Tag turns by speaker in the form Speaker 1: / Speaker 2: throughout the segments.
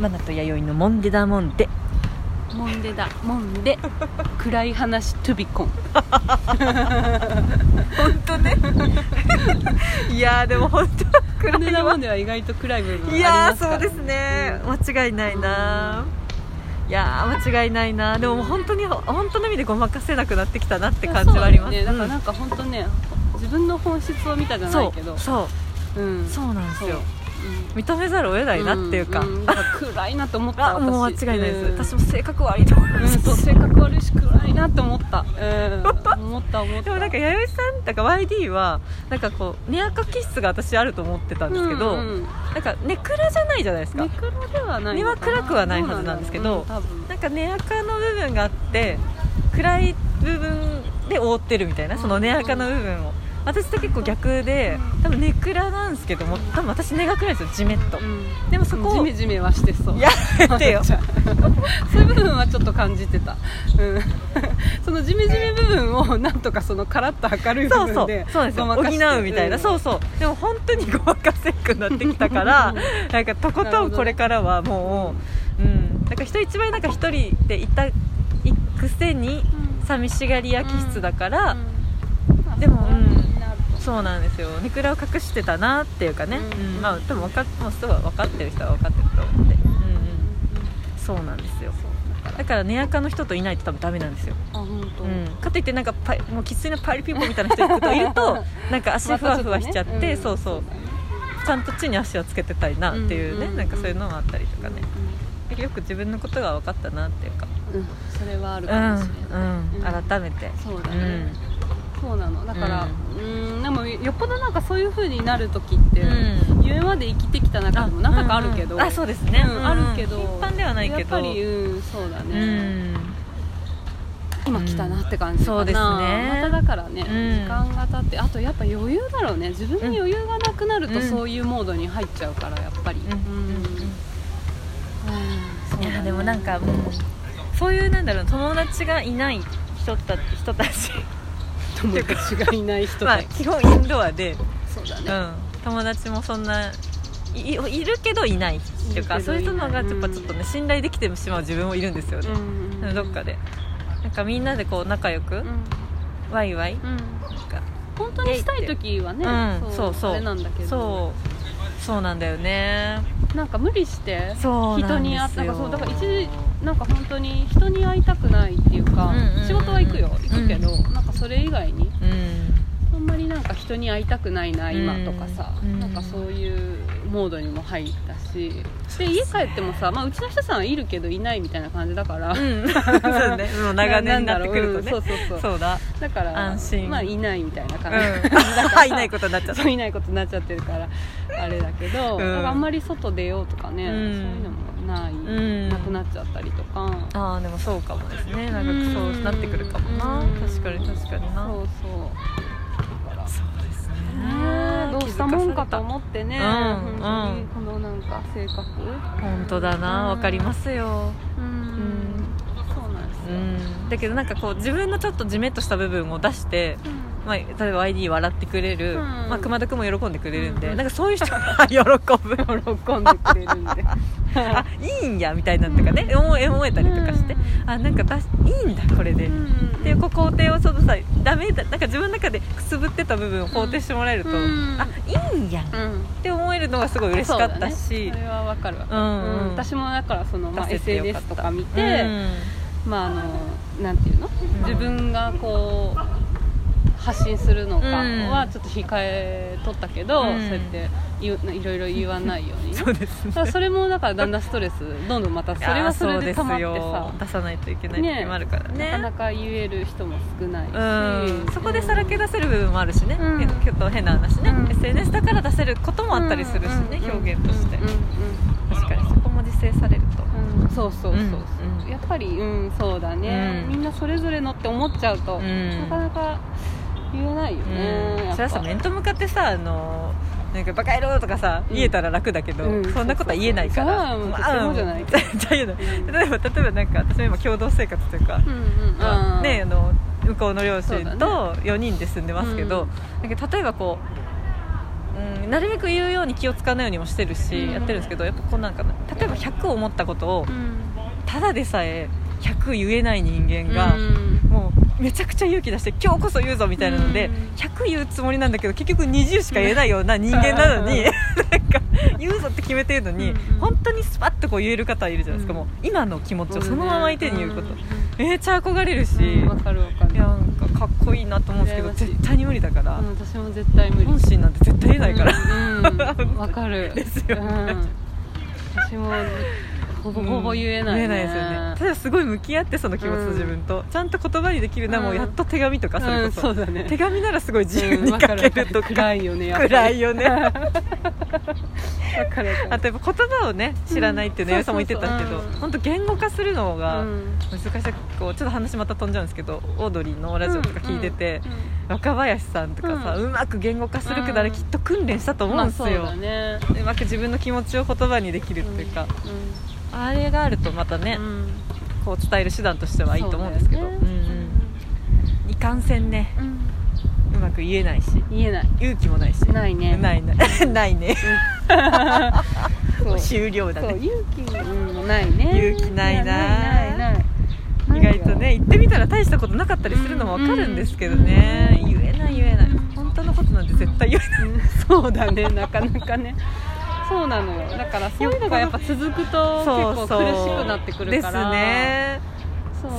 Speaker 1: マナと弥生のモンデダモンデ
Speaker 2: モンデだモンデ暗い話トゥビコン
Speaker 1: 本当ねいやーでも本当
Speaker 2: モン
Speaker 1: 暗
Speaker 2: デ
Speaker 1: い
Speaker 2: だモ
Speaker 1: わ
Speaker 2: ンデは意外と暗い部分あ
Speaker 1: い
Speaker 2: りま
Speaker 1: やー
Speaker 2: すか
Speaker 1: そ
Speaker 2: ら
Speaker 1: うですね間違いないな、いやー間違いないなでももう本当に本当の意味でごまかせなくなってきたなって感じはあります
Speaker 2: そうだよねだから
Speaker 1: うん
Speaker 2: なんか本当ね自分の本質を見たじゃないけど
Speaker 1: そう
Speaker 2: う,、ん、
Speaker 1: そうそうなんですよ
Speaker 2: そううん
Speaker 1: 認めざるを得ないなっていうか、
Speaker 2: んんなんか暗いなと思った
Speaker 1: あもう
Speaker 2: 私
Speaker 1: 間違いないです、
Speaker 2: うん
Speaker 1: 私も性格悪いと思い
Speaker 2: うん
Speaker 1: ます、
Speaker 2: そう性格悪いし暗いなって思った、うん、思った思った
Speaker 1: でもなんか弥生さんだから YD はなんかこうにやか気質が私あると思ってたんですけど、
Speaker 2: うんうん
Speaker 1: なんか根暗じゃないじゃないですか
Speaker 2: 根暗ではないのか
Speaker 1: 根は暗くはないはずなんですけど
Speaker 2: うなんだろううん多分
Speaker 1: なんか根垢の部分があって暗い部分で覆ってるみたいなその根垢の部分を私と結構逆で多分根暗なんですけども多分私根が暗いんですよじめっと
Speaker 2: うん
Speaker 1: でもそこを
Speaker 2: ジメジメはしてそう
Speaker 1: やめ てよ
Speaker 2: そういう部分はちょっと感じてた、うん、 そのジメジメ部分をなんとかそのカラッと明るい部
Speaker 1: そうそ
Speaker 2: 分
Speaker 1: う
Speaker 2: で
Speaker 1: そうですよ
Speaker 2: ご
Speaker 1: 補
Speaker 2: まかして
Speaker 1: うみたいな、
Speaker 2: ん
Speaker 1: そうそうでも本当にごまかせんくなってきたからなんかとこ
Speaker 2: なる
Speaker 1: と
Speaker 2: ほ
Speaker 1: ん
Speaker 2: ど
Speaker 1: これからはもううんなんか人一倍なんか一人でいたいくせに
Speaker 2: うん
Speaker 1: 寂しがり屋気質だから、
Speaker 2: うんまあ
Speaker 1: でも
Speaker 2: それはみんなあると思う
Speaker 1: そうなんですよネクラを隠してたなっていうかね、
Speaker 2: う
Speaker 1: うんんまあ多分分かっもうすぐ分かってる人は分かってると思うんで、うんうん、そうなんですよだから根垢の人といないと多分ダメなんですよ、
Speaker 2: あ本当、
Speaker 1: うん、かといってなんかパイもう生粋のパリピンポみたいな人といると なんか足ふわふわしちゃって、そうそうちゃんと地に足をつけてたいなってい
Speaker 2: う
Speaker 1: うね、
Speaker 2: んうんうん
Speaker 1: なんかそういうのもあったりとかね
Speaker 2: う
Speaker 1: よく自分のことが分かったなっていうか
Speaker 2: ん、うん、それはある
Speaker 1: う
Speaker 2: か
Speaker 1: ん
Speaker 2: もしれない、
Speaker 1: うん改めて
Speaker 2: そうだね、そうなのだからうーんでもよっぽどなんかそういう風になる時って、
Speaker 1: う
Speaker 2: 夢まで生きてきた中でも何回かあるけど、
Speaker 1: うんうんあそうですね、
Speaker 2: うんあるけど
Speaker 1: 頻繁ではないけど
Speaker 2: やっぱりうんそうだ
Speaker 1: う
Speaker 2: ね、
Speaker 1: ん
Speaker 2: 今来たなって感じかな、
Speaker 1: そうですね
Speaker 2: まただからね、
Speaker 1: うん
Speaker 2: 時間が経ってあとやっぱ余裕だろうね自分に余裕がなくなると
Speaker 1: うん
Speaker 2: そういうモードに入っちゃうからやっぱり
Speaker 1: うん
Speaker 2: うんそう
Speaker 1: い
Speaker 2: だね
Speaker 1: やでもなんかもうそういうなんだろう友達がいない人た人たち
Speaker 2: 友達がいない 人
Speaker 1: ま
Speaker 2: だ
Speaker 1: あ
Speaker 2: け、
Speaker 1: 基本インドアで、
Speaker 2: そうだ
Speaker 1: う
Speaker 2: ね、
Speaker 1: ん、友達もそんないいいるけどいないっていうか
Speaker 2: いるけ
Speaker 1: そ
Speaker 2: ど
Speaker 1: う
Speaker 2: いない
Speaker 1: いうのがやっぱちょっとね信頼できてしまう自分もいるんですよね、
Speaker 2: うん
Speaker 1: どっかでなんかみんなでこう仲良く、
Speaker 2: うん
Speaker 1: ワイワイ
Speaker 2: うん
Speaker 1: なんか
Speaker 2: 本当にしたい時はね、
Speaker 1: うんそうそう
Speaker 2: あれなんだけど
Speaker 1: そうそうなんだよね
Speaker 2: なんか無理して
Speaker 1: そうな
Speaker 2: 人
Speaker 1: んです
Speaker 2: に
Speaker 1: よ
Speaker 2: 会ったなんかそうだから一時なんか本当に人に会いたくないっていうか、
Speaker 1: うんうんうん
Speaker 2: 仕事は行くよ行くけど、なんかそれ以外にあ
Speaker 1: うん
Speaker 2: んまりなんか人に会いたくないな今とかさ、
Speaker 1: うん
Speaker 2: なんかそういうモードにも入ったしで家帰ってもさ、まあ、うちの人さんはいるけどいないみたいな感じだから、
Speaker 1: うん、そうねもう長年になってくると
Speaker 2: なんだろううん
Speaker 1: ね
Speaker 2: そうそうそう
Speaker 1: そうだ
Speaker 2: だから
Speaker 1: 安心
Speaker 2: まあ、いないみたいな
Speaker 1: う
Speaker 2: 感じ、
Speaker 1: んいないことになっちゃった
Speaker 2: そういないことになっちゃってるからあれだけど、
Speaker 1: うん
Speaker 2: なんかあんまり外出ようとかね、
Speaker 1: うん
Speaker 2: そういうのもない、
Speaker 1: ん
Speaker 2: なくなっちゃったりとか
Speaker 1: ああでもそうかもですね
Speaker 2: な
Speaker 1: なんん
Speaker 2: かそ
Speaker 1: かそうう
Speaker 2: な
Speaker 1: な
Speaker 2: っ
Speaker 1: ってて
Speaker 2: く
Speaker 1: く
Speaker 2: る
Speaker 1: る
Speaker 2: か
Speaker 1: か
Speaker 2: も
Speaker 1: も
Speaker 2: な
Speaker 1: な
Speaker 2: 確
Speaker 1: 確
Speaker 2: か
Speaker 1: か
Speaker 2: に
Speaker 1: に
Speaker 2: 確
Speaker 1: 確
Speaker 2: か
Speaker 1: か
Speaker 2: に
Speaker 1: にな
Speaker 2: そうそうだから
Speaker 1: そうですね
Speaker 2: ねえどうしたもんかと思ってね、
Speaker 1: うん
Speaker 2: 本当にこのなんか性格、
Speaker 1: 本当だな
Speaker 2: うん
Speaker 1: わかりますよ
Speaker 2: うんそうなんです
Speaker 1: う
Speaker 2: よ、
Speaker 1: んだけどなんかこう自分のちょっとじめっとした部分を出してまあ、例えば YD 笑ってくれる、
Speaker 2: うん
Speaker 1: まあ、熊田君も喜んでくれるんで、
Speaker 2: うん
Speaker 1: なんかそういう人が 喜ぶ
Speaker 2: うん喜んでくれるんで
Speaker 1: あいいんやみたいなんとかね思え思えたりとかして、
Speaker 2: うん
Speaker 1: あなんかだしいいんだこれで、
Speaker 2: うん
Speaker 1: っていうこう肯定をそのさダメだなんか自分の中でくすぶってた部分を肯定してもらえると、
Speaker 2: うん
Speaker 1: あいいんやんっ
Speaker 2: うん
Speaker 1: て思えるのがすごい嬉しかった
Speaker 2: そうだね
Speaker 1: し
Speaker 2: それはわかるわかる、
Speaker 1: うんうん
Speaker 2: うん私もだからその、まあ、
Speaker 1: 出せてよかった
Speaker 2: SNS とか見て、
Speaker 1: うん
Speaker 2: まああのなんていうの、自分がこう発信するのか
Speaker 1: うん
Speaker 2: はちょっと控えとったけど、
Speaker 1: う
Speaker 2: そ
Speaker 1: ん
Speaker 2: うやって言ういろいろ言わないようにね、
Speaker 1: そうですね
Speaker 2: だからそれもだからだんだんストレスどんどんまたそれはそれで溜まっ
Speaker 1: いやー
Speaker 2: て
Speaker 1: そうですよ出さないといけな
Speaker 2: さ
Speaker 1: い時もあるからね
Speaker 2: なかなか言える人も少ないし、
Speaker 1: うん、そこでさらけ出せる部分もあるしね、
Speaker 2: うん
Speaker 1: えちょっと変な話ね、
Speaker 2: うん
Speaker 1: SNS だから出せることもあったりするしね、
Speaker 2: うん
Speaker 1: 表現として、
Speaker 2: うんうん
Speaker 1: 確かにそこも自制されると
Speaker 2: うんうんそうそうそうそう、
Speaker 1: うん
Speaker 2: やっぱりうんそうだね、
Speaker 1: うん
Speaker 2: みんなそれぞれのって思っちゃうと、
Speaker 1: ん
Speaker 2: なかなか言えないよね、
Speaker 1: うん
Speaker 2: やっぱ
Speaker 1: それはさ面と向かってさあのなんかバカ野郎とかさ、
Speaker 2: うん
Speaker 1: 言えたら楽だけど、
Speaker 2: うん
Speaker 1: そんなことは言えないか
Speaker 2: そう
Speaker 1: ら、
Speaker 2: そうそう
Speaker 1: まあ
Speaker 2: そうじゃない
Speaker 1: じゃあ言えない例えば例えばなんか私も今共同生活というか、
Speaker 2: うんうんあー
Speaker 1: ね、あの向こうの両親
Speaker 2: そうだ
Speaker 1: と4人で住んでますけど、なんか例えばこううん、なるべく言うように気を使わないようにもしてるし、
Speaker 2: うん
Speaker 1: やってるんですけどやっぱこうなんかな例えば100思ったことをただでさえ100言えない人間が、もうめちゃくちゃ勇気出して今日こそ言うぞみたいなので、
Speaker 2: うん
Speaker 1: 100言うつもりなんだけど結局20しか言えないような人間なのに
Speaker 2: うん
Speaker 1: なんか言うぞって決めてるのに、
Speaker 2: うん
Speaker 1: 本当にスパッとこう言える方いるじゃないですか、
Speaker 2: うん
Speaker 1: もう今の気持ちをそのまま相手に言うこと、
Speaker 2: う
Speaker 1: めっちゃ憧れるし、
Speaker 2: んうんわ
Speaker 1: い
Speaker 2: かるわかる
Speaker 1: やなんかかっこいいなと思うんですけど
Speaker 2: 羨ましい
Speaker 1: 絶対に無理だから、
Speaker 2: うん私も絶対無理
Speaker 1: 本心なんて絶対言えないから、
Speaker 2: らうんわかる
Speaker 1: ですよね
Speaker 2: うん私もほぼほぼ言えない
Speaker 1: 言えないですよねただすごい向き合ってその気持ちと自分と、ちゃんと言葉にできるな、もうやっと手紙とかそれ
Speaker 2: う
Speaker 1: こ
Speaker 2: ん
Speaker 1: そ,、
Speaker 2: そうだね
Speaker 1: 手紙ならすごい自由
Speaker 2: うん
Speaker 1: に
Speaker 2: わ
Speaker 1: 書
Speaker 2: か
Speaker 1: け
Speaker 2: る
Speaker 1: るとか、
Speaker 2: 暗いよねやっぱり
Speaker 1: 暗いよね あ
Speaker 2: わかるわかる
Speaker 1: とやっぱ言葉をね知らないっていうの
Speaker 2: うん
Speaker 1: 矢部さんも言ってたけど
Speaker 2: そうそうそううん
Speaker 1: 本当言語化するのが
Speaker 2: うん
Speaker 1: 難しいこうちょっと話また飛んじゃうんですけどオードリーのラジオとか聞いてて、
Speaker 2: うんうん
Speaker 1: 若林さんとかさ、う
Speaker 2: うん
Speaker 1: まく言語化するくだら
Speaker 2: うん
Speaker 1: きっと訓練したと思
Speaker 2: ま
Speaker 1: うん
Speaker 2: あ
Speaker 1: です
Speaker 2: そう
Speaker 1: よ、
Speaker 2: だね
Speaker 1: うまく自分の気持ちを言葉にできるっていうか、あれがあるとまたね、
Speaker 2: うんうん
Speaker 1: こう伝える手段としてはいいと思うんですけど
Speaker 2: そうだよ
Speaker 1: うん
Speaker 2: ね
Speaker 1: うんいかんせんね
Speaker 2: うん
Speaker 1: うまく言えないし
Speaker 2: 言えない
Speaker 1: 勇気もないし
Speaker 2: ないね
Speaker 1: ないないないね
Speaker 2: そうそう
Speaker 1: 終了だ
Speaker 2: 勇
Speaker 1: ね
Speaker 2: 気うんないね
Speaker 1: 勇気ないな
Speaker 2: やないない
Speaker 1: 意
Speaker 2: ない
Speaker 1: 外とね行ってみたら大したことなかったりするのも分かるんですけどね
Speaker 2: うん
Speaker 1: 言えない言えない
Speaker 2: うん
Speaker 1: 本当のことなんて絶対言えない
Speaker 2: うん そうだねなかなかねそうなのよだからそういうのがやっぱ続くと結構苦しくなってくるから
Speaker 1: ですね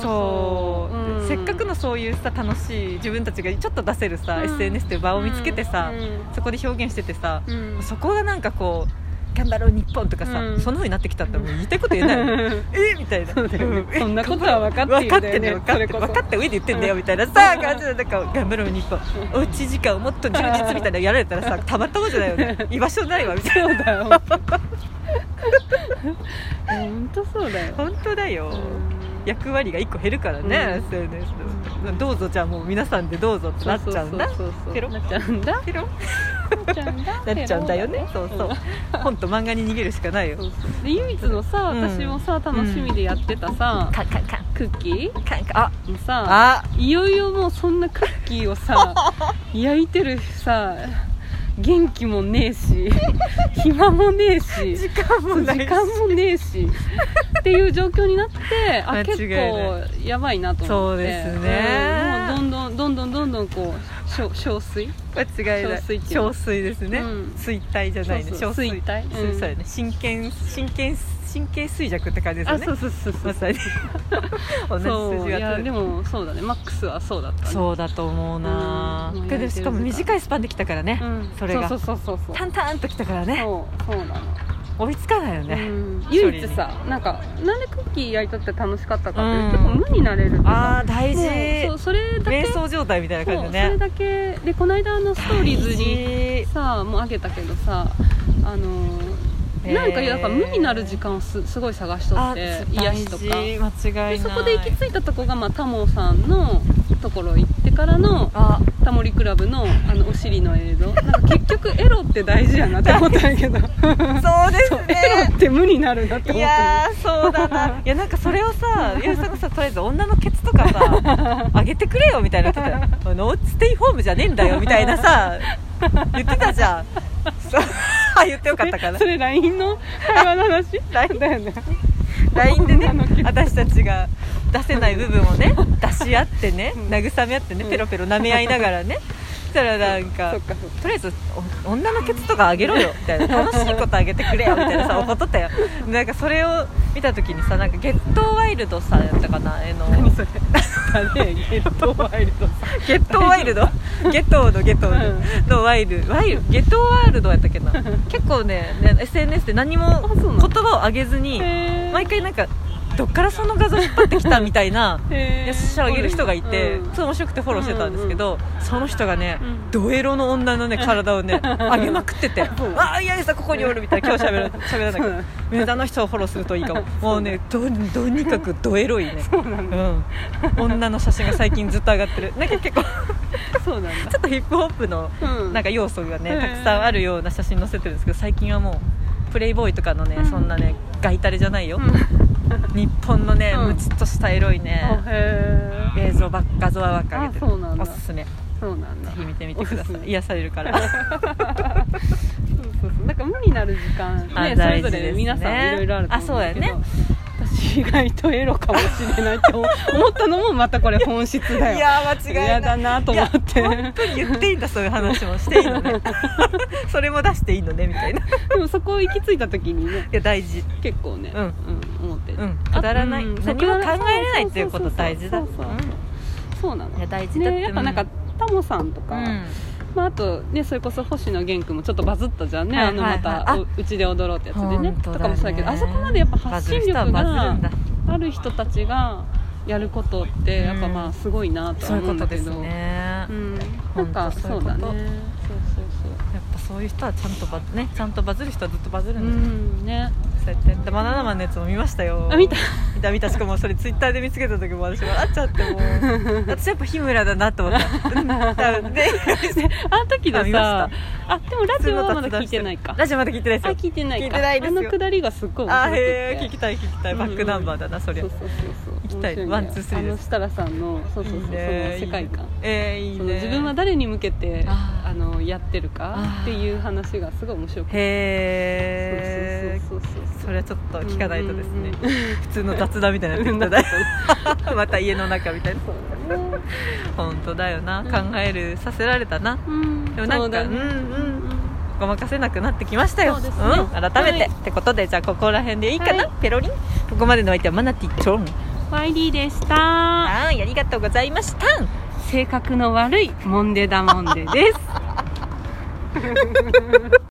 Speaker 1: そう、
Speaker 2: うん
Speaker 1: せっかくのそういうさ楽しい自分たちがちょっと出せるさ、
Speaker 2: うん
Speaker 1: SNS という場を見つけてさ、
Speaker 2: うん
Speaker 1: そこで表現しててさ、
Speaker 2: うん
Speaker 1: そこがなんかこう「頑張ろう日本」とかさ、
Speaker 2: うん
Speaker 1: そんなふうになってきたったらもう言いたいこと言えな いよね、えみたいな
Speaker 2: そうだよね
Speaker 1: え
Speaker 2: そんなことは分かってい
Speaker 1: 分
Speaker 2: るんだ
Speaker 1: かって
Speaker 2: よ
Speaker 1: ね
Speaker 2: ね
Speaker 1: 分かって
Speaker 2: それこ
Speaker 1: 分
Speaker 2: そ
Speaker 1: かって上で言ってんだよ
Speaker 2: うん
Speaker 1: みたい なさ感じでなんか頑張ろう日本おうち時間をもっと充実みたいなのやられた らさたまったもんじゃないよね居場所ないわみたいな
Speaker 2: そうだよ本当そうだよ
Speaker 1: 本当だよ、
Speaker 2: うん
Speaker 1: 役割が1個減るからね、
Speaker 2: うん
Speaker 1: SNS のどうぞじゃあもう皆さんでどうぞってなっちゃうんだ
Speaker 2: そうそうそうそう
Speaker 1: ペロ
Speaker 2: なっちゃうんだ
Speaker 1: ペロ
Speaker 2: なっちゃうんだ
Speaker 1: なっちゃうんだよねそうそう、本と漫画に逃げるしかないよ
Speaker 2: そうそうで唯一のさ
Speaker 1: うん
Speaker 2: 私もさ楽しみでやってたさ、
Speaker 1: カンカンカン
Speaker 2: クッキー
Speaker 1: カンカンあ
Speaker 2: もさ
Speaker 1: あ
Speaker 2: いよいよもうそんなクッキーを さ焼いてるさ元気もねえ し暇もねえし
Speaker 1: 時間もないし
Speaker 2: 時間もねえしっていう状況になって
Speaker 1: 間
Speaker 2: あ結
Speaker 1: 違いな
Speaker 2: 構やばいなと思って
Speaker 1: そうですね
Speaker 2: うんもうどんどんどんどんどんこうしょ憔悴
Speaker 1: 間違いな
Speaker 2: 憔
Speaker 1: い
Speaker 2: 悴っていうの
Speaker 1: 憔悴ですね、
Speaker 2: うん
Speaker 1: 衰退じゃないね
Speaker 2: そうそう衰退
Speaker 1: 衰
Speaker 2: うん
Speaker 1: そうやね神経神経神経衰弱って感じですよ
Speaker 2: あ
Speaker 1: ね
Speaker 2: そうそうそうそう
Speaker 1: ま さに同じ数
Speaker 2: そう
Speaker 1: 字
Speaker 2: い
Speaker 1: が
Speaker 2: や
Speaker 1: つ
Speaker 2: でもそうだねマックスはそうだったね
Speaker 1: そうだと思うな、
Speaker 2: うん
Speaker 1: でしかも短いスパンできたからね、
Speaker 2: うん
Speaker 1: それが
Speaker 2: そうそうそうそう
Speaker 1: 淡々ときたからね
Speaker 2: そうそうなの
Speaker 1: 追いつかないよ
Speaker 2: う
Speaker 1: ね、
Speaker 2: ん
Speaker 1: 処理に
Speaker 2: 唯一さなんかなんでクッキー焼いたって楽しかったかって、
Speaker 1: うん
Speaker 2: 結構無になれるって
Speaker 1: あ
Speaker 2: さ
Speaker 1: あ大事
Speaker 2: もうそうそれだけ
Speaker 1: 瞑想状態みたい
Speaker 2: そ
Speaker 1: な
Speaker 2: う
Speaker 1: 感じ
Speaker 2: それ
Speaker 1: ね
Speaker 2: だけでこの間あのストーリーズに
Speaker 1: 大事
Speaker 2: さもうあげたけどさあのー
Speaker 1: えー
Speaker 2: なんかやっぱ無になる時間をすすごい探しと
Speaker 1: あ
Speaker 2: って癒しとかで
Speaker 1: 大事間違いな
Speaker 2: そ
Speaker 1: い
Speaker 2: こで行き着いたとこが、まあ、タモさんのところ行ってからの
Speaker 1: あ
Speaker 2: タモリクラブのあのお尻の映像なんか結局エロって大事やなって思ったんやけ ど
Speaker 1: そうです
Speaker 2: そうエ
Speaker 1: ね
Speaker 2: ロって無になるなって
Speaker 1: い
Speaker 2: 思った
Speaker 1: やーそうだ ないやなんかそれをさ矢部さんがさとりあえず女のケツとか さあげてくれよみたいな言ってたよノーステイホームじゃねえんだよみたいなさ言ってたじゃんそう あ言ってよかったかな
Speaker 2: それ LINE の会話の 話 LINE だよね
Speaker 1: LINE でね
Speaker 2: 女のケツ
Speaker 1: 私たちが出せない部分をね出し合ってね
Speaker 2: うん
Speaker 1: 慰め合ってね
Speaker 2: うん
Speaker 1: ペロペロ舐め合いながらねそしたらなん
Speaker 2: そ
Speaker 1: か
Speaker 2: っかそっか
Speaker 1: とりあえずお女のケツとかあげろよみたいな楽しいことあげてくれよみた いなさ怒っとったよなんかそれを見た時にさなんかゲットワイルドさやったかなあの
Speaker 2: 何それだねゲ ットワイルドさ
Speaker 1: ゲットワイルドゲットーのゲットーののワイルワイルゲットワイルドやったっけな結構ねね SNS で何も
Speaker 2: あそうな
Speaker 1: 言
Speaker 2: の
Speaker 1: 葉をあげずに
Speaker 2: へー
Speaker 1: 毎回なんかどっからその画像引っ張ってきたみたいな
Speaker 2: へー
Speaker 1: やつをあげる人がいて、
Speaker 2: うん
Speaker 1: そう面白くてフォローしてたんですけど、その人がね、
Speaker 2: うん
Speaker 1: ドエロの女のね体 をね上げまくってて
Speaker 2: う
Speaker 1: 「ああいやいやさここにおる」みたいな今日しゃべらしゃべら な
Speaker 2: そう
Speaker 1: く
Speaker 2: なの
Speaker 1: てあの人をフォローするとい いかももうねどどにかくドエロいねうん、女の写真が最近ずっと上がってるなんか結構
Speaker 2: そうなんだ
Speaker 1: ちょっとヒップホップの
Speaker 2: うん
Speaker 1: なんか要素がね、
Speaker 2: へー
Speaker 1: たくさんあるような写真載せてるんですけど最近はもうプレイボーイとかのね、
Speaker 2: うん
Speaker 1: そんなねガイタレじゃないよ、
Speaker 2: うん
Speaker 1: 日本のね
Speaker 2: うん
Speaker 1: ムチっとしたエロいね、
Speaker 2: あへえ
Speaker 1: 映像ばっ画像はばっか上げて
Speaker 2: あそうなんだ
Speaker 1: おすすめ
Speaker 2: そうなんだ
Speaker 1: ぜひ見てみてくださ
Speaker 2: おすすめ
Speaker 1: い癒されるから
Speaker 2: そうそうそうなんか無になる時間
Speaker 1: あ
Speaker 2: ねそ
Speaker 1: 大
Speaker 2: れぞ
Speaker 1: 事ですね
Speaker 2: れ皆さんいろいろあると思うんですけど
Speaker 1: あそう
Speaker 2: 私意外とエロかもしれないと思思ったのもまたこれ本質だよ
Speaker 1: やー
Speaker 2: 嫌だなと思っ
Speaker 1: い
Speaker 2: て
Speaker 1: や本当に言っていいんだそういう話もしていいの ねそれも出していいのねみたいない
Speaker 2: でもそこ行き着いた時にね
Speaker 1: や大事
Speaker 2: 結構ね、
Speaker 1: うん
Speaker 2: 思ってて
Speaker 1: うんくだらない
Speaker 2: あうん
Speaker 1: 何も考えれないっていうこと大事だ
Speaker 2: そうそうそう
Speaker 1: うん
Speaker 2: そうなの
Speaker 1: いや大事だって
Speaker 2: ねやっぱなんかタモさんと
Speaker 1: う
Speaker 2: か、
Speaker 1: ん
Speaker 2: まあ、あとねそれこそ星野源君もちょっとバズったじゃんね、
Speaker 1: はいはいは
Speaker 2: あ
Speaker 1: い
Speaker 2: のま
Speaker 1: あ
Speaker 2: たおうちで踊ろうってやつでね
Speaker 1: 本当
Speaker 2: と
Speaker 1: だね
Speaker 2: かもそうだけどあそこまでやっぱ
Speaker 1: バ
Speaker 2: 発
Speaker 1: ズる
Speaker 2: 信
Speaker 1: 人は
Speaker 2: 力
Speaker 1: バズる
Speaker 2: が
Speaker 1: んだ
Speaker 2: ある人たちがやることってやっぱまあすごいなとは
Speaker 1: そういう
Speaker 2: 思う
Speaker 1: こ
Speaker 2: んだけ
Speaker 1: とです
Speaker 2: ど、
Speaker 1: ね、
Speaker 2: う
Speaker 1: や
Speaker 2: ん、なんか
Speaker 1: 本当
Speaker 2: そうだねそううそ
Speaker 1: そいう
Speaker 2: う
Speaker 1: っぱそういう人はちゃんとバ,、ね、ちゃんとバズる人はずっとバズ
Speaker 2: そうう
Speaker 1: る
Speaker 2: ん
Speaker 1: だ、
Speaker 2: んね
Speaker 1: そうやってやったバナナマンのやつも見ましたよ
Speaker 2: あ見た
Speaker 1: 見た見たしかもそれツイッターで見つけた時も私笑っちゃってもう 私やっぱ日村だなと思ったうんだで
Speaker 2: あの時
Speaker 1: あ
Speaker 2: の
Speaker 1: 見ました
Speaker 2: さあでもラジオはまだ聞いてないか
Speaker 1: ラジオまだ聞いてないです
Speaker 2: あ
Speaker 1: よ
Speaker 2: 聞いてないか
Speaker 1: 聞いてないですよ
Speaker 2: あのくだりがすっごい面
Speaker 1: あ
Speaker 2: 白く
Speaker 1: へえ聞
Speaker 2: て
Speaker 1: きたい聞きたいバックナンバーだな、そりゃ
Speaker 2: そうそうそうそう
Speaker 1: 行きたい
Speaker 2: 面白ね
Speaker 1: ワンツース
Speaker 2: あ
Speaker 1: リーです
Speaker 2: の設楽さんのそうそうそうその世界観
Speaker 1: えー、いい
Speaker 2: そ
Speaker 1: ね
Speaker 2: の自分は誰に向けて
Speaker 1: あー
Speaker 2: あのやってるか
Speaker 1: あー
Speaker 2: っていう話がすごい面白くて
Speaker 1: へえ
Speaker 2: そうそうそうそう
Speaker 1: それはちょっと聞かないとですね
Speaker 2: うん
Speaker 1: 普通の雑談みたいになってきたね また家の中みたいな
Speaker 2: そうだね
Speaker 1: 本当だよな、
Speaker 2: うん
Speaker 1: 考えるさせられたな
Speaker 2: うん
Speaker 1: でもなん
Speaker 2: そう
Speaker 1: か
Speaker 2: だ
Speaker 1: う,、
Speaker 2: ね
Speaker 1: ん
Speaker 2: う
Speaker 1: うん
Speaker 2: ん
Speaker 1: ごまかせなくなってきましたよ
Speaker 2: そうですね
Speaker 1: ん、改
Speaker 2: は
Speaker 1: めて、
Speaker 2: い
Speaker 1: ってことでじゃあここら辺でいいかな、
Speaker 2: は
Speaker 1: ペロリンここまでのお相手はマナティチョン
Speaker 2: ワイリーでした
Speaker 1: はいありがとうございました
Speaker 2: 性格の悪いモンデダモンデです